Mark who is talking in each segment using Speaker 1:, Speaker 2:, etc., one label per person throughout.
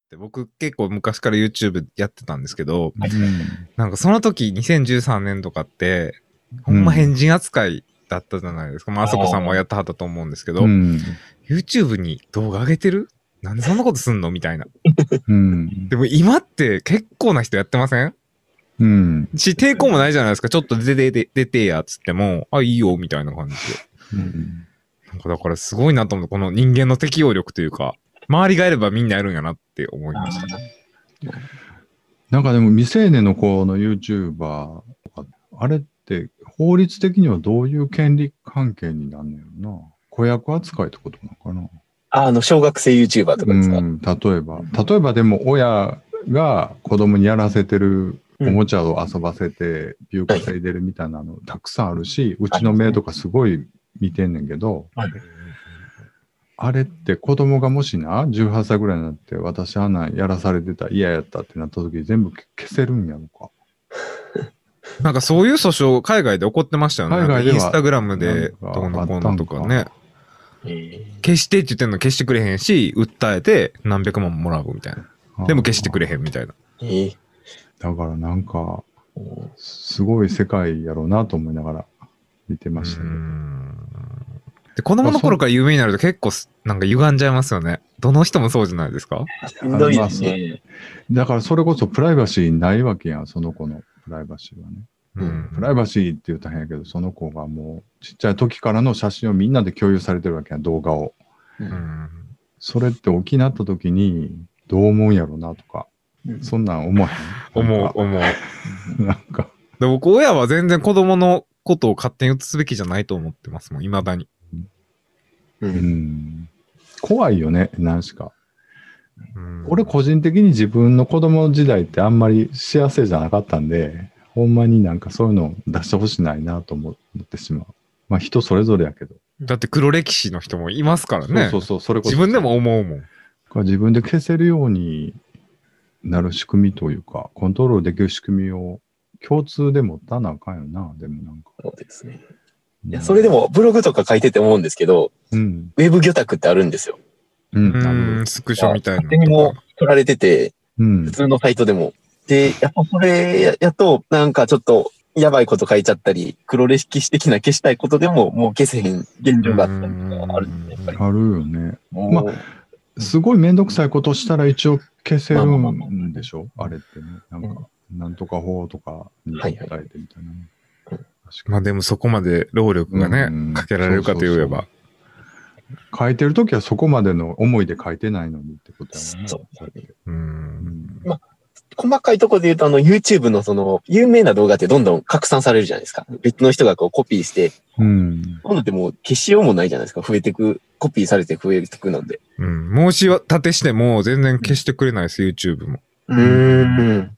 Speaker 1: って、僕結構昔から YouTube やってたんですけど、
Speaker 2: うん
Speaker 1: なんかその時2013年とかって、ほんま変人扱いだったじゃないですか。まあ、あそこさんもやってはったと思うんですけど、
Speaker 2: うん。
Speaker 1: YouTube に動画上げてるなんでそんなことすんのみたいな。
Speaker 2: うん。
Speaker 1: でも今って結構な人やってません
Speaker 2: うん。
Speaker 1: し、抵抗もないじゃないですか。ちょっと出て、出て出てや、つっても、あ、いいよ、みたいな感じで。
Speaker 2: うん
Speaker 1: なんかだからすごいなと思って、この人間の適応力というか、周りがいればみんなやるんやなって思いました。
Speaker 2: なんかでも未成年の子の YouTuber とかあれって法律的にはどういう権利関係になんのやろな。子役扱いってことなのかな。
Speaker 3: ああの、小学生 YouTuber とか
Speaker 2: う
Speaker 3: ですか、
Speaker 2: ん、例えば。例えばでも親が子供にやらせてるおもちゃを遊ばせて、ビュー稼いでるみたいなのたくさんあるし、うちの目とかすごい見てんねんけど、あれって子供がもしな、18歳ぐらいになって、私あんなんやらされてた、嫌やったってなった時、全部消消せるんやろか。
Speaker 1: なんかそういう訴訟、海外で起こってましたよね。
Speaker 2: 海外では
Speaker 1: インスタグラムで
Speaker 2: なんか
Speaker 1: どうのこうのとか
Speaker 2: あっ
Speaker 1: ね
Speaker 2: たん。
Speaker 3: ええ
Speaker 1: 消してって言ってんの消してくれへんし、訴えて何百万ももらうみたいな。でも消してく
Speaker 2: れ。
Speaker 1: れへんみたいな。
Speaker 3: ええ
Speaker 2: だからなんか、
Speaker 3: うん
Speaker 2: すごい世界やろうなと思いながら見てました
Speaker 1: うー
Speaker 2: ね。
Speaker 1: んで子供の頃から有名になると結構すなんか歪んじゃいますよね。どの人もそうじゃないですか
Speaker 3: しんどいですね。
Speaker 2: だからそれこそプライバシーないわけやん、その子のプライバシーはね。
Speaker 1: うん
Speaker 2: プライバシーって言うと変やけど、その子がもうちっちゃい時からの写真をみんなで共有されてるわけやん、動画を。
Speaker 1: うん
Speaker 2: それって大きなった時にどう思うんやろうなとか、
Speaker 3: うん
Speaker 2: そんなん思わへん。
Speaker 1: 思う、思う。
Speaker 2: う。なん か、
Speaker 1: で僕、親は全然子供のことを勝手に移すべきじゃないと思ってますもん、未だに。
Speaker 3: う
Speaker 2: うんん。怖いよね、何しか。
Speaker 1: うん
Speaker 2: 俺個人的に自分の子供時代ってあんまり幸せじゃなかったんで、ほんまになんかそういうのを出してほしないなと思思ってしまう。まあ人それぞれやけど。
Speaker 1: だって黒歴史の人もいますからね。
Speaker 2: そうそうそう、それこそ。
Speaker 1: 自分でも思うもん。
Speaker 2: これ自分で消せるようになる仕組みというか、コントロールできる仕組みを共通で持たなあかんよな、でもなんか。
Speaker 3: そうですね。いや、それで
Speaker 2: も。
Speaker 3: もブログとか書いてて思うんですけど、
Speaker 2: うん。
Speaker 3: ウェブ魚拓ってあるんですよ。
Speaker 2: うん。
Speaker 1: う
Speaker 2: なるほど
Speaker 1: ん、スクショみたいなのと
Speaker 3: 勝手にも
Speaker 1: か。
Speaker 3: 取られてて、
Speaker 2: うん
Speaker 3: 普。通のサイトでも。で、やっぱそれややと、なんかちょっと、やばいこと書いちゃったり、黒歴史的な消したいことでも、もう消せへん現状があったりとかあるんですね、やっぱり。
Speaker 2: あるよね。
Speaker 3: もう
Speaker 2: すごいめんどくさいことしたら一応消せるんでしょあれってね。なんか、なんとか法とかに答えてみたいなね。確か
Speaker 1: まあでもそこまで労力が
Speaker 2: うん
Speaker 1: ね、かけられるかといえば。
Speaker 2: に書いてるときはそこまでの思いで書いてないのにってことやもんね。
Speaker 3: そう
Speaker 2: さっき
Speaker 1: う。
Speaker 2: うんん
Speaker 3: 細かいところで言うと、あの、YouTube のその、有名な動画ってどんどん拡散されるじゃないですか。別の人がこうコピーして、
Speaker 2: うん。
Speaker 3: 今度ってもう消しようもないじゃないですか。増えてく、コピーされて増えてくなんで。
Speaker 1: うん。申し立てしても全然消してくれないです、YouTube も。
Speaker 3: うーん。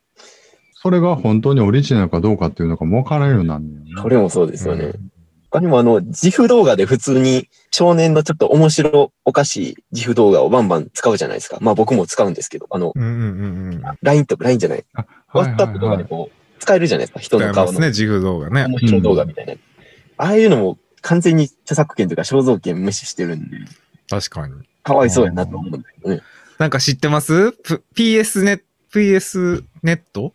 Speaker 2: それが本当にオリジナルかどうかっていうのがもう分からんようになんねんよね
Speaker 3: これもそうですよね。
Speaker 1: うん
Speaker 3: 他にもあの、自負動画で普通に少年のちょっと面白おかしい自負動画をバンバン使うじゃないですか。まあ僕も使うんですけど、あの、
Speaker 1: うんうんうんうん。
Speaker 3: LINE とか LINE じゃない、
Speaker 2: あはいはい
Speaker 3: WhatsApp とか
Speaker 2: は
Speaker 3: で
Speaker 2: い。
Speaker 3: こう、使えるじゃないですか。人
Speaker 1: 使
Speaker 3: の
Speaker 1: いま
Speaker 3: 顔
Speaker 1: す
Speaker 3: の
Speaker 1: ね、自負動画ね。
Speaker 3: 面白動画みたいな。ああいうのも完全に著作権というか肖像権無視してるんで、
Speaker 1: 確かに。
Speaker 3: かわいそうやなと思うんだけどね。
Speaker 1: なんか知ってますぷ ?PS ネット、PS ネット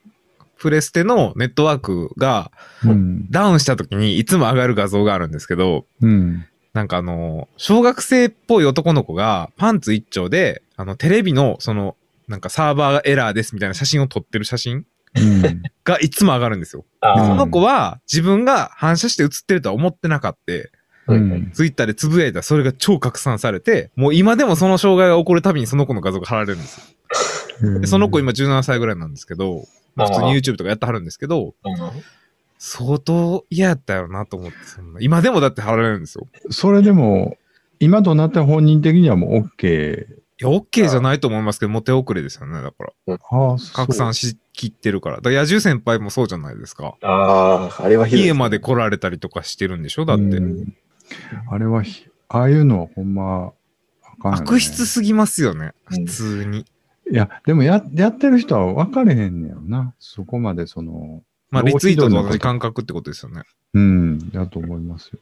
Speaker 1: プレステのネットワークが
Speaker 2: うん。
Speaker 1: ダウンした時にいつも上がる画像があるんですけど、
Speaker 2: うん。
Speaker 1: なんかあの、小学生っぽい男の子がパンツ一丁で、あの、テレビのその、なんかサーバーがエラーですみたいな写真を撮ってる写真
Speaker 2: うん。
Speaker 1: がいつも上がるんですよ。でそ
Speaker 2: あー
Speaker 1: の子は自分が反射して写ってるとは思ってなかった。
Speaker 2: うん
Speaker 1: ツイッターでつぶやいたらそれが超拡散されて、もう今でもその障害が起こるたびにその子の画像が貼られるんですよでその子今17歳ぐらいなんですけど、まあ、普通に YouTube とかやってはるんですけど、相当嫌やったよなと思って、そんな今でもだって貼られるんですよ。
Speaker 2: それでも、今となっては本人的にはもう OK。
Speaker 1: いや、OK じゃないと思いますけど、もう手遅れですよね、だから。
Speaker 2: ああ、そう
Speaker 1: 拡散しきってるから。だから野獣先輩もそうじゃないですか。
Speaker 3: ああ、あれはひどい。
Speaker 1: 家まで来られたりとかしてるんでしょだって。
Speaker 2: うんあれはひ、ああいうのはほんま、あかんよね
Speaker 1: 悪質すぎますよね、
Speaker 3: うん
Speaker 1: 普通に。
Speaker 2: いや、でもややってる人は分かれへんねやろな。そこまでその、
Speaker 1: まあ、
Speaker 2: 浪
Speaker 1: リ
Speaker 2: 費
Speaker 1: ツイート
Speaker 2: 度の
Speaker 1: と
Speaker 2: こと
Speaker 1: 同じ感覚ってことですよね。
Speaker 2: うん、だと思いますよ。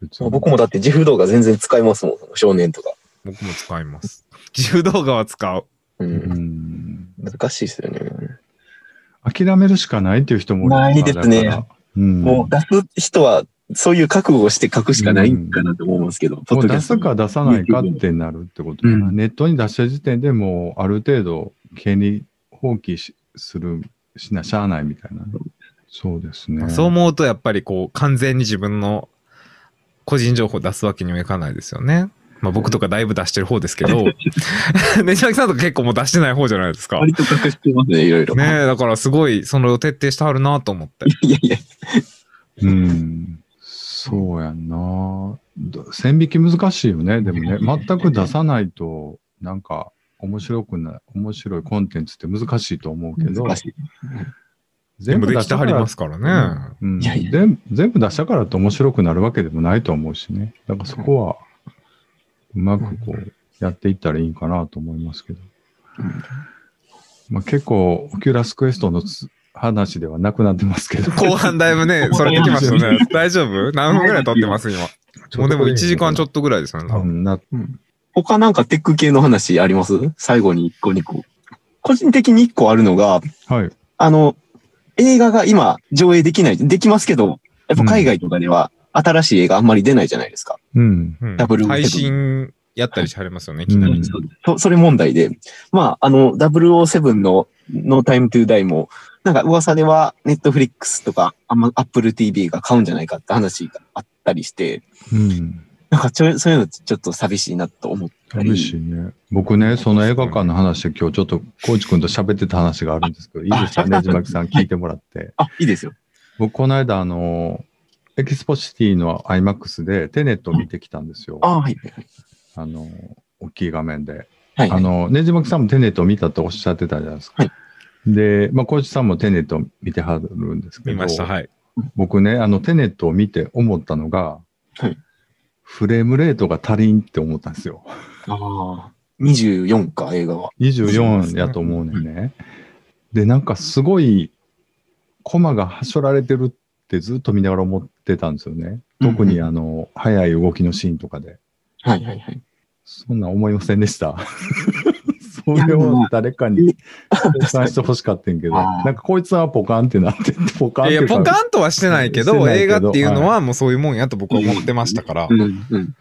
Speaker 2: 別
Speaker 3: もう僕もだって自負動画全然使いますもん、少年とか。
Speaker 1: 僕も使います。自由動画は使う。
Speaker 3: う。
Speaker 2: うんん。
Speaker 3: 難しいですよね。
Speaker 2: 諦めるしかないっていう人も
Speaker 3: ないですね。
Speaker 2: だからうん、
Speaker 3: もう出す人は、そういう覚悟をして書くしかないんかなと思うんですけど、ポ
Speaker 2: も
Speaker 3: ッ
Speaker 2: う
Speaker 3: ドキ
Speaker 2: 出
Speaker 3: ャスト
Speaker 2: す
Speaker 3: に
Speaker 2: か出さないかってなるってことやな、
Speaker 3: うん
Speaker 2: ネットに出した時点でもうある程度権利放棄しするしなしゃあないみたいなそうですね
Speaker 1: そう思うと、やっぱりこう、完全に自分の個人情報出すわけにはいかないですよね。まあ僕とかだいぶ出してる方ですけど、 ねじまきさんとか結構もう出してない方じゃないですか。ね
Speaker 3: 割と隠してますね、いろいろ。
Speaker 1: え、だからすごい、その徹底してはるなと思って。
Speaker 3: いやいや、
Speaker 2: うんそうやんなど線引き難しいよねでもね全く出さないとなんか面白くない面白いコンテンツって難しいと思うけど
Speaker 3: 難しい。
Speaker 1: で
Speaker 2: 全
Speaker 1: もで
Speaker 2: 出
Speaker 1: き
Speaker 2: してた
Speaker 1: は
Speaker 2: か
Speaker 1: り
Speaker 2: ら
Speaker 1: ますからね。
Speaker 2: うん
Speaker 3: いやいや
Speaker 2: 全全部出したからって面白くなるわけでもないと思うしね。だからそこは、うまくこう、やっていったらいいんかなと思いますけど。まあ、結構、オキュラスクエストのつ話ではなくなってますけど。
Speaker 1: 後半だいぶね、それできましたね。大丈夫何分ぐらい経ってます今。もうでも1時間ちょ
Speaker 2: っ
Speaker 1: っとぐらいですよね。多
Speaker 2: と。う
Speaker 1: 分
Speaker 2: ん、な、
Speaker 3: 他なんかテック系の話あります最後に1個2個。個人的に1個あるのが、
Speaker 2: はい。
Speaker 3: あの、映画が今上映できない、できますけど、やっぱ海外とかでは新しい映画あんまり出ないじゃないですか。
Speaker 2: うん。
Speaker 1: うん
Speaker 3: ダブル
Speaker 1: 配信やったりしはりますよね、きっ
Speaker 2: うん
Speaker 1: と
Speaker 2: うん
Speaker 3: そそれ問題で。まあ、あの、007の No Time to Die も、なんか噂では Netflix とかあんま Apple TV が買うんじゃないかって話があったりして、
Speaker 2: うん。
Speaker 3: なんかちょそういうのちょっと寂しいなと思ったり。
Speaker 2: 寂しいね。僕ね、その映画館の話で今日ちょっと、コーチ君と喋ってた話があるんですけど、いいですか
Speaker 3: あ
Speaker 2: ね、ジマキさん聞いてもらって。
Speaker 3: あ、いいですよ。
Speaker 2: 僕、この間、あの、エキスポシティの IMAX でテネットを見てきたんですよ。
Speaker 3: あはいはいはい。
Speaker 2: あの、大きい画面で。
Speaker 3: はいは
Speaker 2: あ
Speaker 3: い。
Speaker 2: の、ねじまきさんもテネットを見たっておっしゃってたじゃないですか。
Speaker 3: はい
Speaker 2: で、まあ、コーチさんもテネットを見てはるんですけ
Speaker 1: 見
Speaker 2: ど、
Speaker 1: ました、はい。
Speaker 2: 僕ね、あの、テネットを見て思ったのが、
Speaker 3: はい
Speaker 2: フレームレートが足りんって思ったんですよ。
Speaker 3: ああ、24か、映画は。
Speaker 2: 24やと思うねんね。で、なんかすごい、コマがはしょられてるってずっと見ながら思ってたんですよね。特にあの、速い動きのシーンとかで。
Speaker 3: はいはいはい。
Speaker 2: そんな思いませんでした。 それを誰かに共感してほしかったんけど、
Speaker 3: いやまあ
Speaker 2: なんかこいつはポカンってなってて、ポカンっ
Speaker 1: い
Speaker 2: て
Speaker 1: や、
Speaker 2: いうか
Speaker 1: ポカンとはしてないけ
Speaker 2: して
Speaker 1: ど、
Speaker 2: ないけ
Speaker 1: 映
Speaker 2: ど
Speaker 1: 画っていうのはもうそういうもんやと僕は思ってましたから
Speaker 3: う。んうん。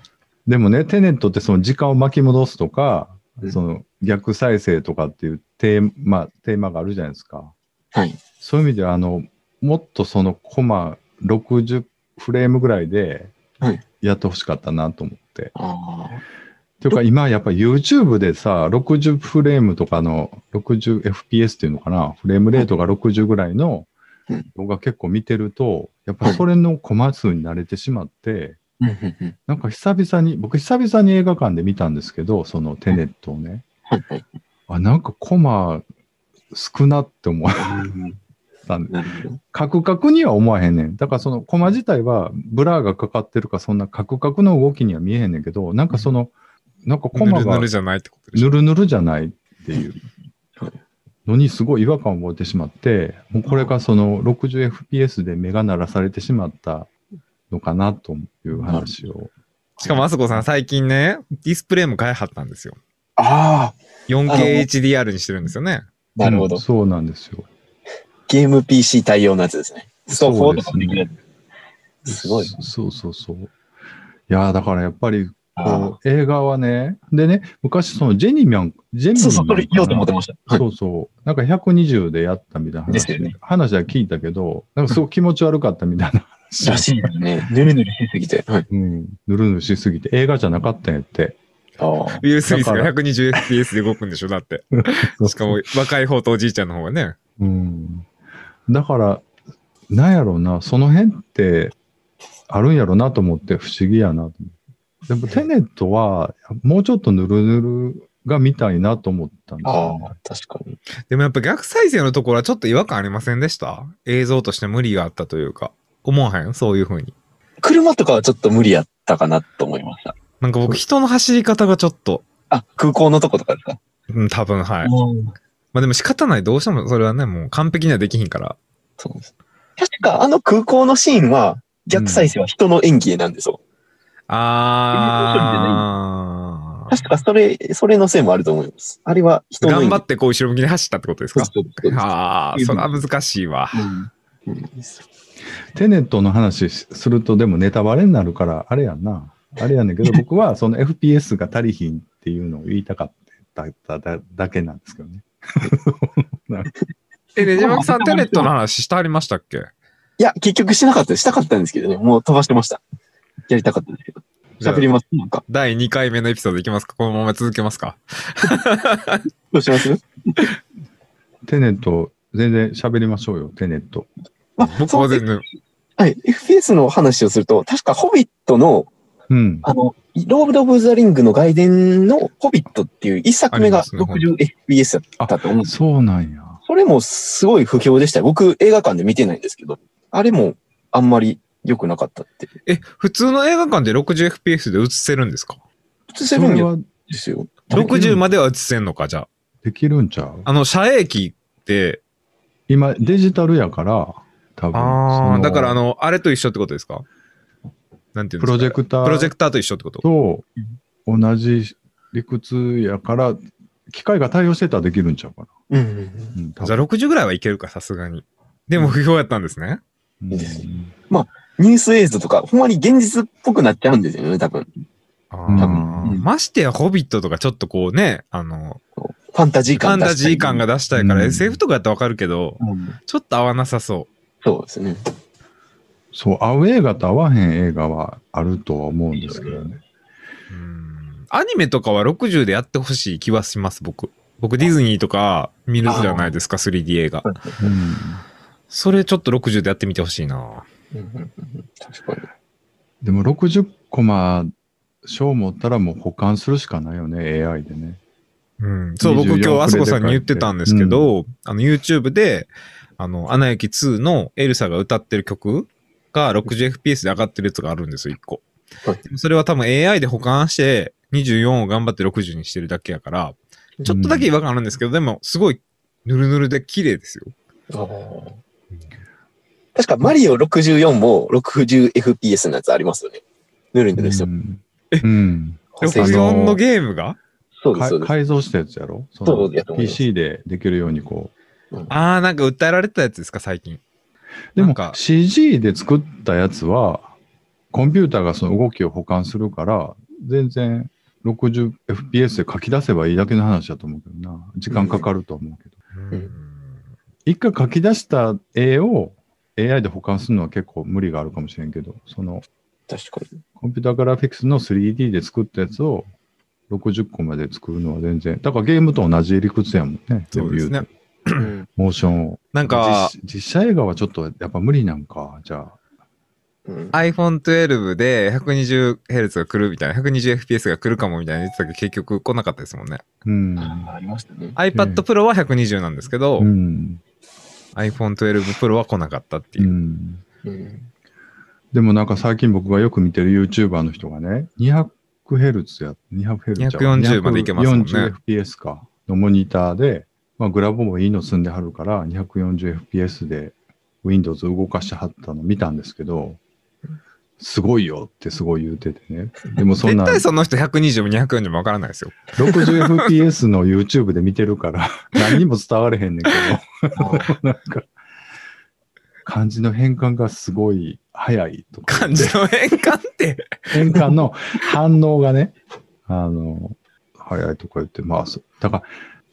Speaker 2: でもね、テネットってその時間を巻き戻すとか、
Speaker 3: うん
Speaker 2: その逆再生とかっていうテーマ、テーマがあるじゃないですか。
Speaker 3: はい。
Speaker 2: そういう意味では、あの、もっとそのコマ60フレームぐらいで
Speaker 3: はい
Speaker 2: やってほしかったなと思って。
Speaker 3: ああ。
Speaker 2: というか今やっぱ YouTube でさ、60フレームとかの 60fps っていうのかな、フレームレートが60ぐらいの
Speaker 3: うん
Speaker 2: 動画結構見てると、やっぱそれのコマ数に慣れてしまって、
Speaker 3: うんうんうん。
Speaker 2: なんか久々に、僕久々に映画館で見たんですけど、そのテネットをね、
Speaker 3: はいはい。
Speaker 2: あ、なんかコマ少なって思っ
Speaker 3: うん
Speaker 2: たんで、
Speaker 3: なるほど。
Speaker 2: カクカクには思わへんねん。だからそのコマ自体はブラーがかかってるか、そんなカクカクの動きには見えへんねんけど、なんかその、なんかコ
Speaker 1: ぬ
Speaker 2: マ
Speaker 1: る
Speaker 2: が
Speaker 1: ぬるじゃないってことでし
Speaker 2: ぬ
Speaker 1: ょ。
Speaker 2: るぬるじゃないっていう
Speaker 3: はい
Speaker 2: のにすごい違和感を覚えてしまって、もうこれがその 60fps で目が鳴らされてしまったのかなという話を。
Speaker 1: しかも、あそこさん最近ね、ディスプレイも変えはったんですよ。
Speaker 3: ああ、
Speaker 1: 4KHDR にしてるんですよね。
Speaker 3: なるほど
Speaker 2: うん。そうなんですよ。
Speaker 3: ゲーム PC 対応のやつですね。スト
Speaker 2: そう
Speaker 3: 4
Speaker 2: で
Speaker 3: と
Speaker 2: すね
Speaker 3: かもできるやつ。すごい。
Speaker 2: そそうそうそう。いやーだからやっぱり
Speaker 3: あ
Speaker 2: こう映画はね、でね、昔そのジェニミャン、ジェニミ
Speaker 3: あ
Speaker 2: ャン
Speaker 3: そうそう、それ言おうと思ってました。はい
Speaker 2: そうそう。なんか120でやったみたいな
Speaker 3: で
Speaker 2: 話
Speaker 3: すよね
Speaker 2: 話は聞いたけど、なんかすごい気持ち悪かったみたいな話
Speaker 3: らしいですね。ぬるぬるしすぎて。はい。
Speaker 2: うん。ぬるぬるしすぎて、映画じゃなかったんやって。
Speaker 3: ああ。
Speaker 1: ウィル・スミスが
Speaker 2: だ
Speaker 1: 120fps で動くんでしょだって。しかも若い方とおじいちゃんの方がね。
Speaker 2: うん。だから、なんやろうな、その辺って、あるんやろうなと思って、不思議やなと思って。でも、テネットは、もうちょっとぬるぬるが見たいなと思ったんです
Speaker 3: あ
Speaker 2: よ、ね
Speaker 3: あ。、確かに。
Speaker 1: でもやっぱ逆再生のところはちょっと違和感ありませんでした映像として無理があったというか。思わへんそういう風に。
Speaker 3: 車とかはちょっと無理やったかなと思いました。
Speaker 1: なんか僕人の走り方がちょっと、
Speaker 3: あ、空港のとことかですか
Speaker 1: うん、多分はい。
Speaker 3: うん
Speaker 1: まあでも仕方ない。どうしてもそれはね、もう完璧にはできひんから。
Speaker 3: そうです。確か、あの空港のシーンは、逆再生は人の演技なんですよ。
Speaker 1: あー。
Speaker 3: 確かそれ、それのせいもあると思います。あれは人の意
Speaker 1: 頑
Speaker 3: 味
Speaker 1: 張ってこう後ろ向きに走ったってことです
Speaker 3: そう
Speaker 1: か
Speaker 3: そうそうです
Speaker 1: ああ、それは難しいわ。
Speaker 3: うんうん
Speaker 2: テネットの話すると、でもネタバレになるから、あれやんな。あれやねんけど、 僕はその FPS が足りひんっていうのを言いたかっただだだけなんですけどね。
Speaker 1: え、ねじまきさん、テネットの話してありましたっけ
Speaker 3: いや、結局しなかったです。したかったんですけどね。もう飛ばしてました。やりたかったんですけど。
Speaker 1: じゃあ
Speaker 3: 喋りますなんか。
Speaker 1: 第2回目のエピソードいきますかこのまま続けますか
Speaker 3: どうします
Speaker 2: テネット、全然喋りましょうよ、テネット。
Speaker 3: まあ、
Speaker 1: 僕
Speaker 3: そ
Speaker 1: は
Speaker 3: うで
Speaker 1: 全然。
Speaker 3: はい。FPS の話をすると、確かホビットの、
Speaker 2: うん。
Speaker 3: あの、ロード・オブ・ザ・リングの外伝のホビットっていう一作目
Speaker 1: あり
Speaker 3: が
Speaker 1: ます
Speaker 3: 60fps だったと思うんです。
Speaker 2: そうなんや。
Speaker 3: それもすごい不評でしたよ。僕映画館で見てないんですけど、あれもあんまり良くなかったって。
Speaker 1: え、普通の映画館で 60fps で映せるんですか
Speaker 3: 映
Speaker 2: そ
Speaker 3: せるん
Speaker 2: れ
Speaker 3: で
Speaker 2: は
Speaker 3: すよ。
Speaker 1: ?60 までは映せんのかじゃあ。
Speaker 2: できるんちゃう
Speaker 1: あの、遮影機って、
Speaker 2: 今、デジタルやから、多分。
Speaker 1: あ
Speaker 2: そ
Speaker 1: あ、だからあ
Speaker 2: の、
Speaker 1: の、あれと一緒ってことですかなんていうんですか
Speaker 2: プロジェクタ
Speaker 1: プロジェ
Speaker 2: ー
Speaker 1: クターと一緒ってこと
Speaker 2: と同じ理屈やから、機械が対応してたらできるんちゃうかな。
Speaker 3: うんうん。
Speaker 2: うん、多
Speaker 1: じゃあ
Speaker 2: 分
Speaker 1: 60ぐらいはいけるか、さすがに。でも不評やったんですね。
Speaker 2: うん
Speaker 3: ですニュース映像とか、ほんまに現実っぽくなっちゃうんですよね、多分。
Speaker 1: あ
Speaker 2: 多
Speaker 1: ー
Speaker 2: 分
Speaker 1: ましてや、ホビットとかちょっとこうね、あの、
Speaker 3: ファンタジー
Speaker 1: ファン
Speaker 3: 感出
Speaker 1: タ
Speaker 3: した
Speaker 1: ジ
Speaker 3: り
Speaker 1: ー感が出したいから、
Speaker 2: うん
Speaker 1: SF とかやったらわかるけど、
Speaker 3: うん
Speaker 1: ちょっと合わなさそ
Speaker 3: そうですね。
Speaker 2: そう、合う映画と合わへん映画はあるとは思うんですけどね。
Speaker 1: う。うんアニメとかは60でやってほしい気はします、僕。僕、ディズニーとか見るじゃないですか、3D 映画。
Speaker 2: うん
Speaker 1: それちょっと60でやってみてほしいな。
Speaker 3: うんうんうん確かに。
Speaker 2: でも60コマ賞持ったらもう保管するしかないよね、AI でね。
Speaker 1: うん、そう、僕
Speaker 2: 24
Speaker 1: 今日、あそこさんに言ってたんですけど、あの、YouTube で、あの、アナ雪2のエルサが歌ってる曲が 60fps で上がってるやつがあるんですよ、1個
Speaker 3: はい。
Speaker 1: それは多分 AI で保管して、24を頑張って60にしてるだけやから、ちょっとだけ違和感あるんですけど、でも、すごい、ぬるぬるで綺麗ですよ。
Speaker 3: 確かマリオ64も 60fps のやつありますよね。ヌルヌルです
Speaker 2: う
Speaker 3: よ。
Speaker 2: ん。うん、
Speaker 3: 補正して
Speaker 2: あの
Speaker 1: 64のゲームが
Speaker 3: そうです、
Speaker 2: か
Speaker 3: そうです。
Speaker 2: 改造したやつやろそ
Speaker 3: そう
Speaker 2: の
Speaker 3: やと思います
Speaker 2: PC でできるようにこう。
Speaker 1: あー、なんか訴えられてたやつですか、最近。
Speaker 2: で
Speaker 1: なん
Speaker 2: も
Speaker 1: か
Speaker 2: CG で作ったやつは、コンピューターがその動きを保管するから、全然 60fps で書き出せばいいだけの話だと思うけどな。時間かかるとは思うけど。
Speaker 3: うん
Speaker 2: 一回書き出した絵を AI で保管するのは結構無理があるかもしれんけど、その
Speaker 3: 確かに。
Speaker 2: コンピューターグラフィックスの 3D で作ったやつを60個まで作るのは全然。だからゲームと同じ理屈やもんね。
Speaker 1: そうです
Speaker 2: 全部言
Speaker 1: ね
Speaker 2: うと。モーションを。
Speaker 1: なんか、
Speaker 2: 実実写映画はちょっとやっぱ無理なんか。じゃあ。
Speaker 3: うん、
Speaker 1: iPhone 12で 120Hz が来るみたいな、120fps が来るかもみたいな言ってたけど、結局来なかったですもんね。
Speaker 2: うん。
Speaker 3: ありましたね。
Speaker 1: iPad Pro は120なんですけど、
Speaker 2: うん。
Speaker 1: iPhone 12 Pro は来なかったって
Speaker 2: う
Speaker 1: いう。
Speaker 2: ん。
Speaker 3: うん
Speaker 2: でもなんか最近僕がよく見てる YouTuber の人がね、200Hz や、200Hz ちゃう
Speaker 1: 240までいけますもんね
Speaker 2: 240fps か。のモニターで、まあグラボもいいの積んではるから、240fps で Windows を動かしてはったの見たんですけど、すごいよってすごい言うててね。でもそん
Speaker 1: 絶
Speaker 2: な
Speaker 1: 対その人120も240もわからない ですよ。
Speaker 2: 60fps の YouTube で見てるから、 何にも伝われへんねんけど、なんか、漢字の変換がすごい早いとか。
Speaker 1: 感じの変換って。
Speaker 2: 変換の反応がね、あの、早いとか言って、まあ、そだから、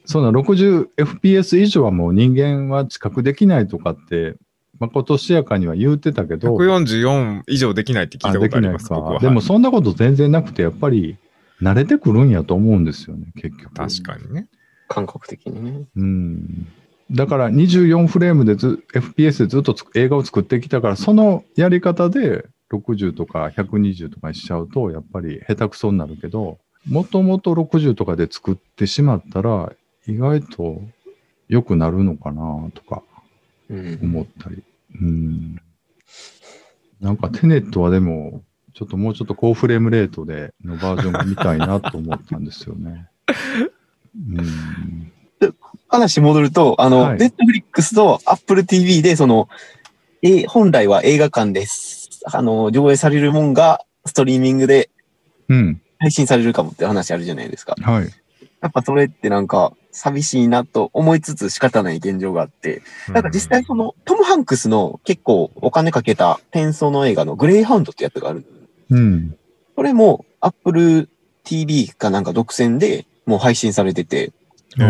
Speaker 2: そんな 60fps 以上はもう人間は知覚できないとかって、まことしやかには言ってたけど、
Speaker 1: 144以上できないって聞いたことあります、僕は。
Speaker 2: で
Speaker 1: は
Speaker 2: も
Speaker 1: い
Speaker 2: そんなこと全然なくて、やっぱり慣れてくるんやと思うんですよね、結局。
Speaker 1: 確かにね。
Speaker 3: 感覚的にね。
Speaker 2: うん。だから24フレームでず FPS でずっとつ映画を作ってきたから、そのやり方で60とか120とかにしちゃうと、やっぱり下手くそになるけど、もともと60とかで作ってしまったら、意外と良くなるのかなとか
Speaker 3: うん、
Speaker 2: 思ったり。うん。なんかテネットはでも、ちょっともうちょっと高フレームレートでのバージョンが見たいなと思ったんですよね。うん。
Speaker 3: 話戻ると、あ
Speaker 2: は
Speaker 3: の、
Speaker 2: い
Speaker 3: ネットフリックスと Apple TV で、その、え本来は映画館です。あの、上映されるもんが、ストリーミングで
Speaker 2: うん。
Speaker 3: 配信されるかもって話あるじゃないですか。
Speaker 2: はい。
Speaker 3: やっぱそれってなんか寂しいなと思いつつ仕方ない現状があって、なんか実際そのトム・ハンクスの結構お金かけた転送の映画のグレイハウンドってやつがある。
Speaker 2: うん。
Speaker 3: これも Apple TV かなんか独占でもう配信されてて、
Speaker 1: へー
Speaker 3: そう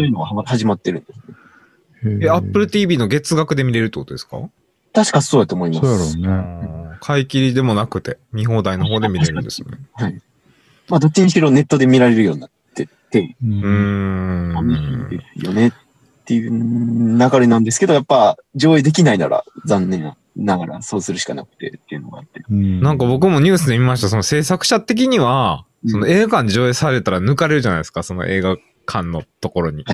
Speaker 3: いうのがはま始まってるんです。
Speaker 1: え、Apple
Speaker 2: テ
Speaker 1: TV の月額で見れるってことですか
Speaker 3: 確かそうだと思います。
Speaker 2: そうやろ
Speaker 1: あ
Speaker 2: うね。
Speaker 1: ー買い切りでもなくて、見放題の方で見れるんですね。
Speaker 3: まあどっちにしろネットで見られるようになってて、
Speaker 2: う
Speaker 1: うー
Speaker 2: ん。
Speaker 3: 寂し
Speaker 1: ん。
Speaker 3: いですよねっていう流れなんですけど、やっぱ上映できないなら残念ながらそうするしかなくてっていうのがあって。
Speaker 1: なんか僕
Speaker 2: も、
Speaker 1: もニュースで見ました。その制作者的には、
Speaker 3: うん
Speaker 1: その映画館で上映されたら抜かれるじゃないですか。その映画館のところに。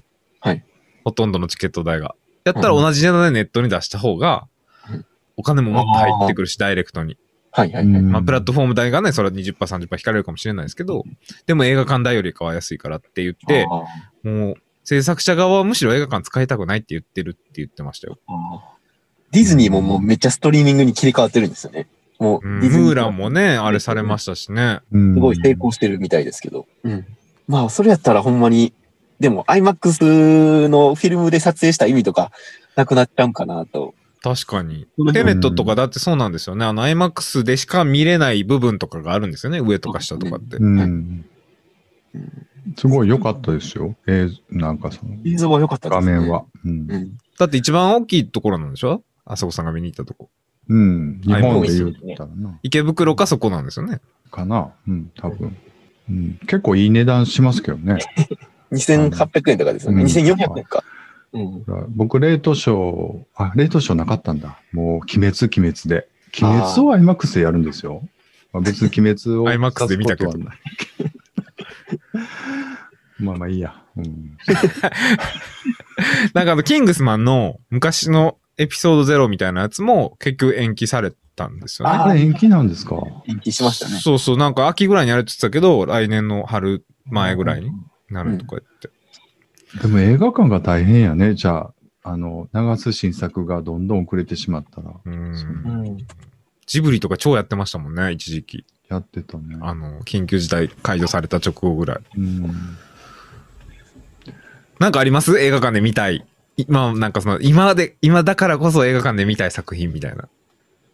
Speaker 3: はい
Speaker 1: ほとんどのチケット代が。やったら同じ値段でネットに出した方が
Speaker 3: うん、
Speaker 1: お金ももっと入ってくるし、ダイレクトに。
Speaker 3: はいはいはい。
Speaker 1: まあ、プラッ
Speaker 2: ト
Speaker 1: トフォーム代がね、それは20%、30%引かれるかもしれないですけど、でも映画館代よりかは安いからって言って、
Speaker 3: あー
Speaker 1: もう制作者側はむしろ映画館使いたくないって言ってるって言ってましたよ。
Speaker 3: あーディズニーももうめっちゃストリーミングに切り替わってるんですよね。もう、
Speaker 1: うん
Speaker 3: ディズニ
Speaker 1: ムー
Speaker 3: ー
Speaker 1: ラン
Speaker 3: が
Speaker 1: もね、あれされましたしね。
Speaker 3: すごい成功
Speaker 2: し
Speaker 3: してるみたいですけど。うんまあ、それやったらほんまに、でも IMAX のフィルムで撮影した意味とかなくなっちゃうんかなと。
Speaker 1: 確かに
Speaker 3: う。ん
Speaker 1: テメットとかだってそうなんですよね。あの IMAX でしか見れない部分とかがあるんですよね。上とか下とかって。
Speaker 2: うん。すごい良かったですよ。えー、なんかその、
Speaker 3: 映像は良かったで
Speaker 2: 画
Speaker 3: すね。
Speaker 2: 面は。う。
Speaker 3: うんん。
Speaker 1: だって一番大きいところなんでしょあそこさんが見に行ったとこ。
Speaker 2: うん。日本で言ったらな。
Speaker 1: 池袋かそこなんですよね。
Speaker 2: かな。うん、多分。うん、結構いい値段しますけどね。
Speaker 3: 2800円とかですよ
Speaker 2: う
Speaker 3: ね。
Speaker 2: ん
Speaker 3: 2400円か。うん。
Speaker 2: 僕、レートショー、あ、レートショーなかったんだ。もう、鬼滅、鬼滅で。鬼滅を IMAX でやるんですよ。まあ、別に鬼滅を
Speaker 1: IMAX で見たけど
Speaker 2: 指すことはない まあまあいいや。うん。
Speaker 1: なんかあの、キングスマンの昔のエピソードゼロみたいなやつも結局延期されたんですよね。
Speaker 2: あれ延期なんですか
Speaker 3: 延期しましたね。
Speaker 1: そうそう、なんか秋ぐらいにやるって言ってたけど、来年の春前ぐらいになるとか言って。
Speaker 2: でも映画館が大変やね。じゃあ、あの、流す新作がどんどん遅れてしまったら、
Speaker 1: うん
Speaker 3: う
Speaker 2: そ
Speaker 3: ん。
Speaker 1: ジブリとか超やってましたもんね、一時期。
Speaker 2: やってたね。
Speaker 1: あの、緊急事態解除された直後ぐらい。
Speaker 2: うん。
Speaker 1: なんかあります映画館で見たい。いまあ、なんかその、今で、今だからこそ映画館で見たい作品みたいな。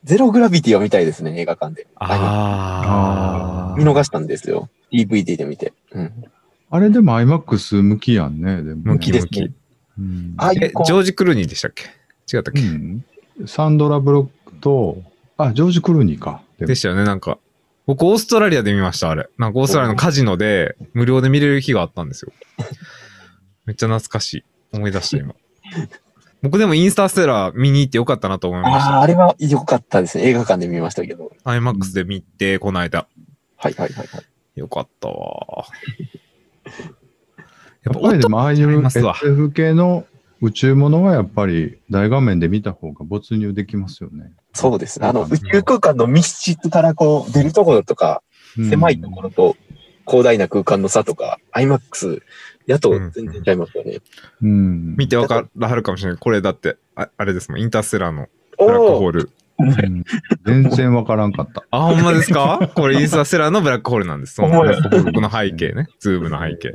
Speaker 3: ゼログラビティを見たいですね、映画館で。
Speaker 1: あ
Speaker 2: あー
Speaker 1: あ。
Speaker 3: 見逃したんですよ。DVD で見て。うん。
Speaker 2: あれでも IMAX 向きやんね。でもね
Speaker 1: 向き
Speaker 3: で
Speaker 1: 向
Speaker 3: すね
Speaker 1: き。
Speaker 2: うん
Speaker 3: ああい
Speaker 1: え、
Speaker 3: うこ
Speaker 1: ジョージ・クルーニーでしたっけ違ったっけ、
Speaker 2: うんサンドラ・ブロックと、あ、ジョージ・クルーニーか。でも
Speaker 1: でしたよね、なんか。僕、オーストラリアで見ました、あれ。なんか、オーストラリアのカジノで、無料で見れる日があったん ですよ。めっちゃ懐かしい。思い出した、今。僕でもインスターステラー見に行ってよかったなと思いまし
Speaker 3: ああ、あれは良かったですね。映画館で見ましたけど。
Speaker 1: た。IMAX で見て、この間。
Speaker 3: はいはいはいはい。
Speaker 1: よかったわ。 や
Speaker 2: や
Speaker 1: っ
Speaker 2: っ
Speaker 1: ぱ
Speaker 2: ぱりでもああ
Speaker 1: あ
Speaker 2: い
Speaker 1: り
Speaker 2: う
Speaker 1: ますわ
Speaker 2: SF 系の宇宙ものはやっぱり大画面で見た方が没入できますよね。
Speaker 3: そうですね。あの、
Speaker 2: うん
Speaker 3: 宇宙空間の密室からこう、出るところとか、
Speaker 2: うん
Speaker 3: 狭いところと広大な空間の差とか、IMAX やと全然ちゃいますよね。
Speaker 2: うん。
Speaker 1: 見てわからはるかもしれない。これだって、ああれですもん、インターステラーのブラックホ
Speaker 3: ー
Speaker 1: ール。
Speaker 2: うん全然わからんかった。
Speaker 1: あ、ほんまです かこれインターステラーのブラックホールなんです。その
Speaker 3: ほ
Speaker 1: ブ
Speaker 3: んま
Speaker 1: ラ
Speaker 3: や
Speaker 1: ックホールの背景 ね。ズームの背景。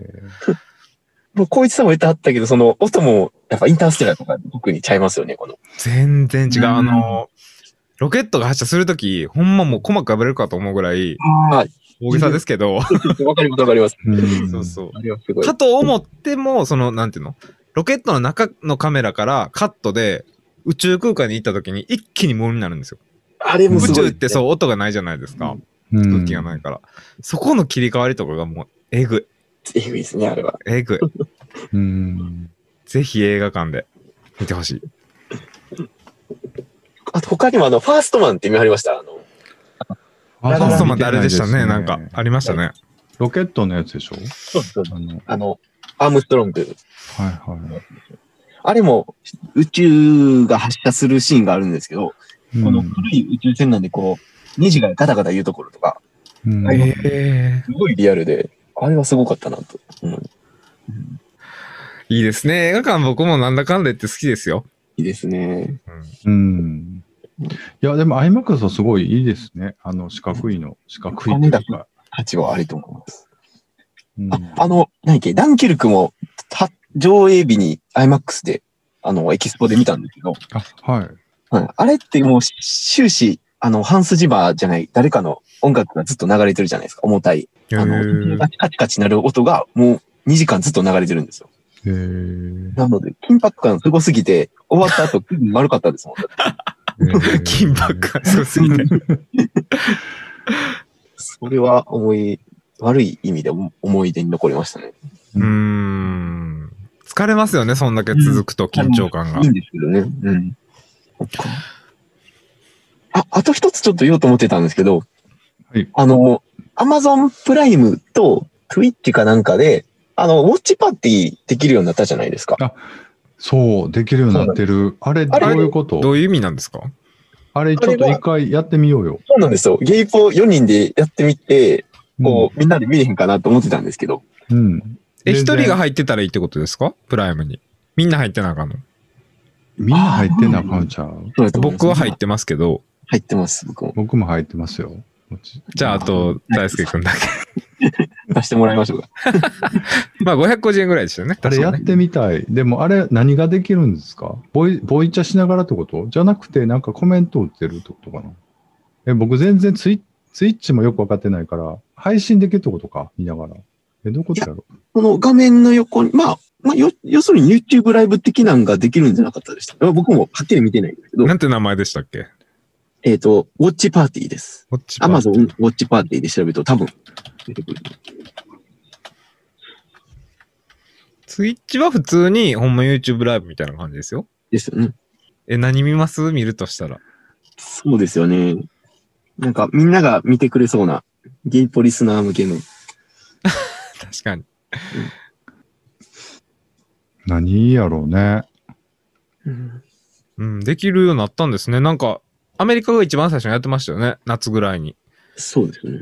Speaker 3: もう光一さんも言ってはったけど、その音も、やっぱインターステラーとか特にちゃいますよね、この。
Speaker 1: 全然違う。
Speaker 2: うん
Speaker 1: あの、ロケットが発射するとき、ほんまもう細く破れるかと思うぐらい、
Speaker 3: あ
Speaker 1: 大げさですけど、
Speaker 3: あ、わかりますわかります。
Speaker 2: うん
Speaker 1: そうそう。
Speaker 3: あれはすごい
Speaker 1: か。と思っても、その、なんていうのロケットの中のカメラからカットで宇宙空間に行ったときに一気に無音になるんですよ。
Speaker 3: あれもす
Speaker 1: 宇
Speaker 3: ごい。
Speaker 1: 宙ってそう音がないじゃないですか。
Speaker 2: うん
Speaker 1: 空気がないから。そこの切り替わりとかがもう、えぐい。
Speaker 3: えぐいですね、あれは。
Speaker 1: えぐい。
Speaker 2: うん。
Speaker 1: ぜひ映画館で見てほしい。
Speaker 3: あと他にもあの、ファーストマンって見張りました。あの、
Speaker 2: フ
Speaker 1: ファ
Speaker 3: ァ
Speaker 1: ース
Speaker 3: ー
Speaker 1: ト
Speaker 3: スト
Speaker 1: マンってあれでしたね。なんか、ありましたね。
Speaker 2: ロケットのやつでしょあの、はい
Speaker 3: あの、アームストロング。
Speaker 2: は
Speaker 3: あれも宇宙が発射するシーンがあるんですけど、
Speaker 2: い。うん
Speaker 3: この古い宇宙船なんでこう、ネジがガタガタ言うところとか、
Speaker 2: うん
Speaker 3: あれ
Speaker 1: ええ
Speaker 3: すごいリアルで、あれはすごかったなと。うん、い
Speaker 1: いいですね。映画館僕もなんだかんだ言って好きですよ。
Speaker 3: いですね。
Speaker 2: うん。いや、でも IMAX はすごいいいですね。あの、四角いの。四角いというか、
Speaker 3: 価値はありと思います。
Speaker 2: うん
Speaker 3: あ、あの、何っけ、ダンケルクも、は上映日に IMAX で、あの、エキスポで見たんだけど、
Speaker 2: あはい。
Speaker 3: うんあれってもう終始、あの、ハンスジバーじゃない、誰かの音楽がずっと流れてるじゃないですか、重たい。
Speaker 1: へ
Speaker 3: あ
Speaker 1: ー
Speaker 3: の、カチカチカチ鳴る音がもう2時間ずっと流れてるんですよ。
Speaker 2: えー、
Speaker 3: なので、緊迫感すごすぎて、終わった後、気悪かったですもん。
Speaker 2: えー
Speaker 1: 金ばっかそうすぎて。
Speaker 3: それは思い、悪い意味で思思い出に残りましたね。
Speaker 1: うーん。疲れますよね、そんだけ続くと緊張感が
Speaker 3: いい。んですけどね。うん。そっかあ、あと一つちょっと言おうと思ってたんですけど、
Speaker 2: はい
Speaker 3: あの、アマゾンプライムと Twitch かなんかで、あの、ウォッチパーティーできるようになったじゃないですか。
Speaker 2: そう、できるようになってる。あれ、ど
Speaker 3: あ
Speaker 2: う
Speaker 3: れ
Speaker 2: いうこと
Speaker 1: どういう意味なんですか
Speaker 2: あれ、ちょっと一回やってみようよ。
Speaker 3: そうなんですよ。ゲイポ4人でやってみて、こう、みんなで見えへんかなと思ってたんですけど、
Speaker 2: うん。うん。
Speaker 1: え、一
Speaker 2: 全然
Speaker 1: 人が入ってたらいいってことですかプライムに。みんな入ってなあかんの。
Speaker 2: みんな入ってんなあかんちゃう
Speaker 3: そうだと思います
Speaker 1: 僕は入ってますけど、
Speaker 3: 入ってます、僕も。
Speaker 2: 僕も入ってますよ。
Speaker 1: じゃああと、大輔くんだけ。
Speaker 3: 出してもらいましょうか。
Speaker 1: まあ550円ぐらいでしたよね。
Speaker 2: あれや
Speaker 1: 確か
Speaker 2: っ
Speaker 1: ね
Speaker 2: てみたい。でもあれ何ができるんですかボイ、ボイチャしながらってことじゃなくてなんかコメント打ってるってことかなえ、僕全然ツイツイッチもよくわかってないから、配信できるってことか見ながら。え、どういうことやろ
Speaker 3: この画面の横に、まあ、まあ、よ、要するに YouTube ライブ的なんができるんじゃなかったでした。まあ僕もはっきり見てないんですけど、
Speaker 1: なんて名前でしたっけ
Speaker 3: えっ、と、ウォッチパーティーです。
Speaker 1: こっち
Speaker 3: Amazon ウォッチパーティーで調べると多分出てくる。
Speaker 1: ツイッチは普通に、ほんま YouTube ライブみたいな感じですよ。
Speaker 3: ですよね。
Speaker 1: え、何見ます見るとしたら。
Speaker 3: そうですよね。なんかみんなが見てくれそうな、ゲイポリスナー向けの。
Speaker 1: 確かに。
Speaker 2: 何やろうね。
Speaker 1: うん、できるようになったんですね。なんか、アメリカが一番最初にやってましたよね。夏ぐらいに。
Speaker 3: そうですよね。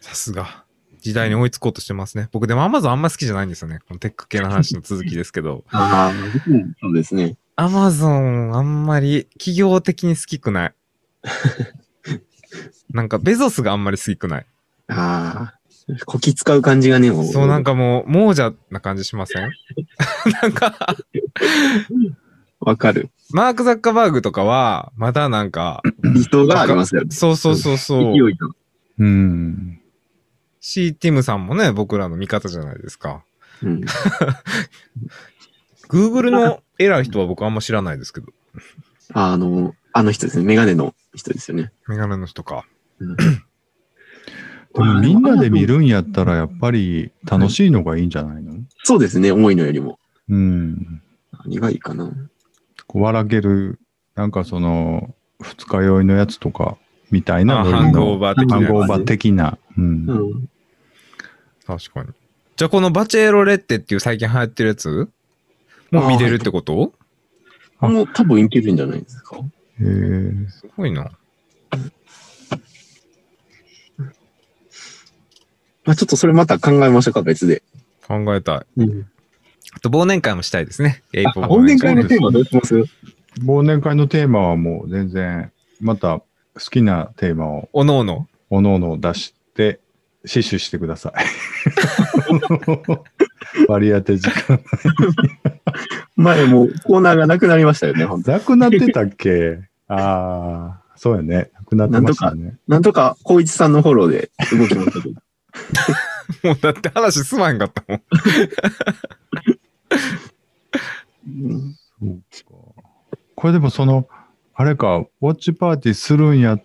Speaker 1: さすが。時代に追いつこうとしてますね。僕でも Amazon あんま好きじゃないんですよね。このテック系の話の続きですけど。
Speaker 3: ああ、僕もそうですね。
Speaker 1: Amazon あんまり企業的に好きくない。なんかベゾスがあんまり好きくない。
Speaker 3: ああ、こき使う感じがね、も
Speaker 1: そうなんかもう亡者な感じしません なんか、
Speaker 3: わかる。
Speaker 1: マーク・ザッカーバーグとかは、まだなん か、
Speaker 3: 理想がありますよね。
Speaker 1: そうそうそうそう。
Speaker 3: 勢いと。
Speaker 2: うん。
Speaker 1: C ティムさんもね、僕らの味方じゃないですか。
Speaker 3: うん、
Speaker 1: Google の偉い人は僕あんま知らないですけど。
Speaker 3: あの、あの人ですね。メガネの人ですよね。
Speaker 1: メガネの人か。
Speaker 2: でもみんなで見るんやったらやっぱり楽しいのがいいんじゃないの
Speaker 3: そうですね、重いのよりも。
Speaker 2: うん。
Speaker 3: 何がいいかな。
Speaker 2: こう笑ける、なんかその、二日酔いのやつとか、みたい
Speaker 1: ま
Speaker 2: な
Speaker 1: あ、
Speaker 2: ノ
Speaker 1: ハ
Speaker 2: リ
Speaker 1: ングオ
Speaker 2: の
Speaker 1: ー。バー的な
Speaker 2: ハ
Speaker 1: や
Speaker 2: ン
Speaker 1: つ。
Speaker 2: グオーバー的な。うん
Speaker 3: うん。
Speaker 1: 確かに。じゃあこのバチェロレッテっていう最近流行ってるやつもう見れるってこと
Speaker 2: あ
Speaker 3: もう多分いけるんじゃないですか。
Speaker 2: へえ
Speaker 1: すごいな。
Speaker 3: まあちょっとそれまた考えましょうか、別で。
Speaker 1: 考えたい。
Speaker 3: うん。
Speaker 1: あと忘年会もしたいですね。エイプ
Speaker 3: 忘年会のテーマどうします
Speaker 2: 忘年会のテーマはもう全然、また好きなテーマを
Speaker 1: おのおの。
Speaker 2: おのおの出して、死守してく ださい。 割り当て時間。
Speaker 3: 前もうコーナーがなくなりましたよね、本当
Speaker 2: なくなってたっけ ああ、そうやね。なくなってましたね。
Speaker 3: なんとか、光一さんのフォローで動きました けど。
Speaker 1: もうだって話すまんかったもん。
Speaker 3: うん
Speaker 2: そうかこれでもその、あれか、ウォッチパーティーするんや、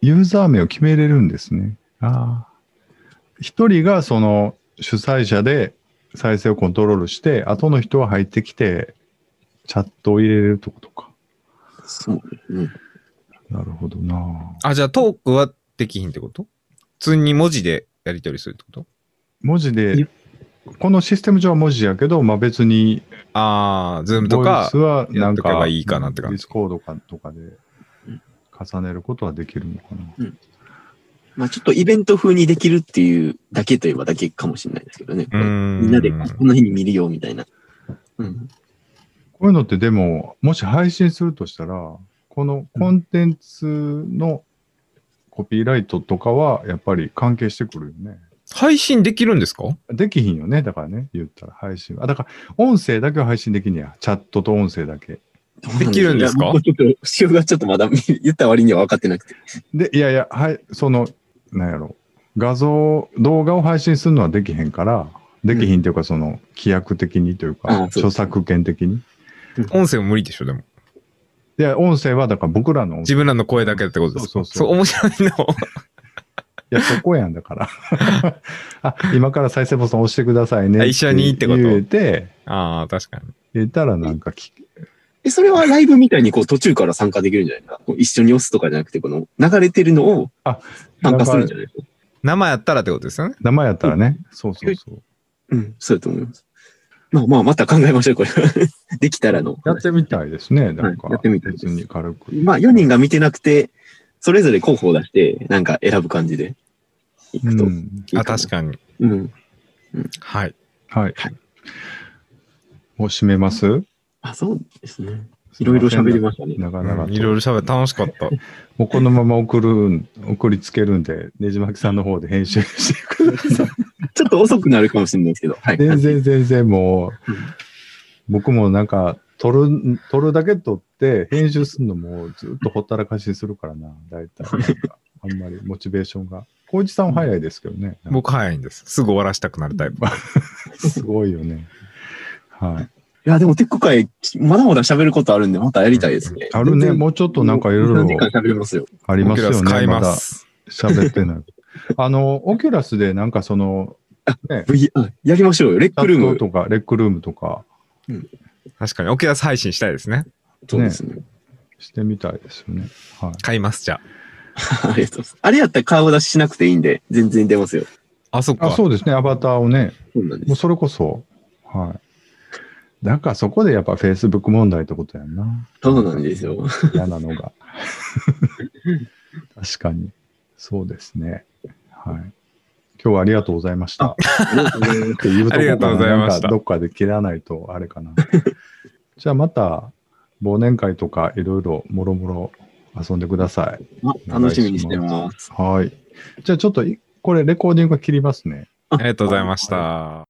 Speaker 2: ユーザー名を決めれるんですね。ああ。一人がその主催者で再生をコントロールして、後の人は入ってきて、チャットを入れるってことか。
Speaker 3: そうですね。
Speaker 2: なるほどな。
Speaker 1: あ、じゃあトークはできひんってこと普通に文字でやり取りするってこと
Speaker 2: 文字
Speaker 3: い
Speaker 2: で、このシステム上は文字やけど、まあ別に、
Speaker 1: あー、ズームと
Speaker 2: ボイ
Speaker 1: か
Speaker 2: ス。はなん
Speaker 1: やっとけ
Speaker 2: か、
Speaker 1: ばいいかなって感じ
Speaker 2: ディスコードかとかで重ねることはできるのかな。
Speaker 3: まあちょっとイベント風にできるっていうだけといえばだけかもしれないですけどね。
Speaker 1: うーん
Speaker 3: みんなでこの日に見るよみたいな。うん。
Speaker 2: こういうのってでも、もし配信するとしたら、このコンテンツのコピーライトとかはやっぱり関係してくるよね。
Speaker 1: 配信できるんですか
Speaker 2: できひんよね。だからね、言ったら配信は。あ、だから音声だけは配信できんねや。チャットと音声だけ。
Speaker 1: できるんですか
Speaker 3: いや僕ちょっと、仕様がちょっとまだ言った割には分かってなくて。
Speaker 2: で、いやいや、はい、その、なんやろ。画像、動画を配信するのはできへんから、できひんっていうか、その、規約的にという
Speaker 3: あ
Speaker 2: か、
Speaker 3: そうそう
Speaker 2: 著作権的に。
Speaker 1: 音声も無理でしょ、でも。
Speaker 2: いや、音声はだから僕らの音
Speaker 1: 自
Speaker 2: 声。
Speaker 1: 分らの声だけってことですか
Speaker 2: そうそうそう
Speaker 1: 面白いの。
Speaker 2: いや、そこやんだ から。あ、今から再生ボタン押してくださいね
Speaker 1: あ。一緒にってこと
Speaker 2: 言えて、
Speaker 1: ああ、確かに。
Speaker 2: 言ったらなんか聞き
Speaker 3: え、それはライブみたいにこう途中から参加できるんじゃないか。こう一緒に押すとかじゃなくて、この流れてるのを
Speaker 2: あ
Speaker 3: 参加するんじゃないか。
Speaker 1: 生やったらってことですよね。
Speaker 2: 生やったらね。そうそうそう。
Speaker 3: うん、そうだと思います。まあまあ、また考えましょう、これ は。できたらの。
Speaker 2: やってみたいですね。なんか、
Speaker 3: はいやってみたいです
Speaker 2: 別に軽く。
Speaker 3: まあ、4人が見てなくて、それぞれ候補を出して、なんか選ぶ感じでいくと
Speaker 2: う
Speaker 3: い
Speaker 2: ん。
Speaker 3: い
Speaker 1: あ、
Speaker 3: も
Speaker 1: 確かに。
Speaker 3: うん。
Speaker 1: はい。
Speaker 2: はい
Speaker 3: はい。
Speaker 2: もう締めます
Speaker 3: あ、そうですね。いろいろ喋りましたね。
Speaker 2: なかなか
Speaker 1: う
Speaker 2: と
Speaker 1: んいろいろ喋って楽しかった。
Speaker 2: もうこのまま送るん、送りつけるんで、ねじまきさんの方で編集してください。
Speaker 3: ちょっと遅くなるかもしれないですけど。はい。
Speaker 2: 全然全然もう、僕もなんか、撮る、撮るだけ撮って、編集するのもずっとほったらかしするからな、大体。なんかあんまりモチベーションが。浩一さんは早いですけどね。
Speaker 1: 僕早いんです。すぐ終わらしたくなるタイプ。
Speaker 2: すごいよね。はい。
Speaker 3: いや、でも、テック会、まだまだ喋ることあるんで、またやりたいですね。
Speaker 2: あるね、もうちょっとなんかいろい
Speaker 3: 時
Speaker 2: ろ
Speaker 3: 間喋れますよ。
Speaker 2: ありますよ
Speaker 1: 僕ら使
Speaker 2: ね。
Speaker 1: い
Speaker 2: ま
Speaker 1: ま
Speaker 2: だ
Speaker 1: す。
Speaker 2: 喋ってない。あの、オキュラスでなんかその、
Speaker 3: V、あやりましょうよ。レッ
Speaker 2: チャ
Speaker 3: クルー
Speaker 2: ットと
Speaker 3: ム。
Speaker 2: か、レックルームとか
Speaker 1: 確かに。オキュラス配信したいですね。
Speaker 3: そうですね。
Speaker 2: してみたいですよね。はい。
Speaker 1: 買います、じゃ
Speaker 3: ありがとうございます。あれやったら顔出ししなくていいんで、全然出ますよ。
Speaker 1: あ。あ、そっ
Speaker 2: あ
Speaker 1: か。
Speaker 2: そうですね、アバターをね、
Speaker 3: そうなんで
Speaker 2: もう
Speaker 3: す。
Speaker 2: それこそ、はい。なんかそこでやっぱ Facebook 問題ってことやん な。
Speaker 3: そうなんですよ。
Speaker 2: 嫌なのが。 確かに。そうですね。はい。今日はありがとうございました。っていうとこ
Speaker 1: ありがとう
Speaker 2: ろ
Speaker 1: ござ
Speaker 2: が
Speaker 1: い
Speaker 2: なん
Speaker 1: ま
Speaker 2: か
Speaker 1: した
Speaker 2: どっかで切らないとあれか な。じゃあまた忘年会とかいろいろもろもろ遊んでください。
Speaker 3: あ楽しみにしてます。
Speaker 2: はい。じゃあちょっといこれレコーディングは切りますね。
Speaker 1: ありがとうございました。